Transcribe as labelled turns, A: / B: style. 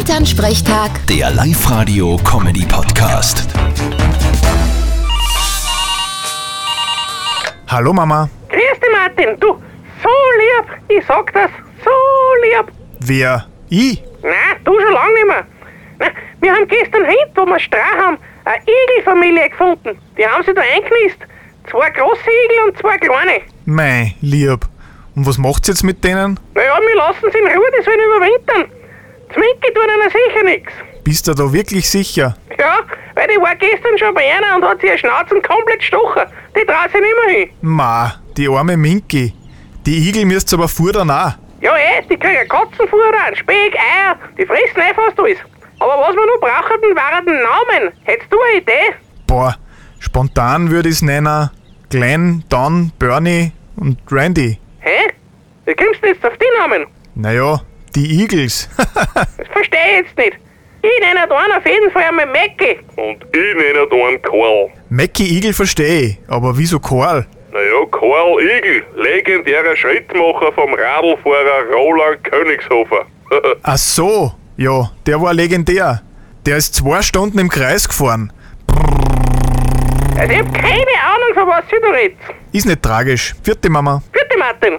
A: Elternsprechtag,
B: Der Live-Radio-Comedy-Podcast.
C: Hallo Mama,
D: Grüß dich, Martin. Du, so lieb. Ich sag das, so lieb.
C: wer? Ich?
D: Nein, du schon lange nicht mehr. Na, wir haben gestern hinten, wo wir Strah haben, eine Igelfamilie gefunden. Die haben sie da einknist. Zwei große Igel und zwei kleine.
C: Mei, lieb. Und was macht's jetzt mit denen?
D: Naja, wir lassen sie in Ruhe, die sollen überwintern. Zwinki tun ihnen sicher nichts.
C: Bist du da wirklich sicher?
D: Ja, weil die war gestern schon bei einer und hat sie ihr Schnauzen komplett stochen. Die traut sich nicht mehr hin.
C: Ma, die arme Minki. Die Igel müsst's aber vor danach.
D: Ja, eh, die kriegen Katzenfutter, Speck, Eier, die fressen eh fast alles. Aber was wir noch brauchen, wären einen Namen. Hättest du eine Idee?
C: Boah, spontan würde ich's nennen. Glenn, Don, Bernie und Randy.
D: Hä? Wie kommst du jetzt auf die Namen?
C: Naja, die Igels.
D: Das verstehe ich jetzt nicht. Ich nenne da einen auf jeden Fall einmal Mäcki.
E: Und ich nenne da einen Karl.
C: Mackie Igel verstehe ich, aber wieso Karl?
E: Naja, Karl Igel, legendärer Schrittmacher vom Radlfahrer Roland Königshofer.
C: Ach so, ja, der war legendär. Der ist zwei Stunden im Kreis gefahren.
D: Also ich hab keine Ahnung, von was du da redest.
C: Ist nicht tragisch. Vierte Mama.
D: Bitte, Martin.